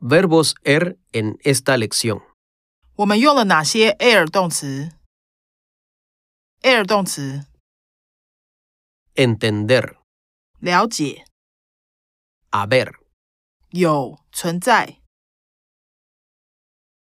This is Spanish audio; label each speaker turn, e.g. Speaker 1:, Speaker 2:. Speaker 1: Verbos er en esta lección.
Speaker 2: 我们用了哪些 air 动词？air 动词
Speaker 1: Entender,
Speaker 2: 了解、
Speaker 1: haber,
Speaker 2: 有、存在、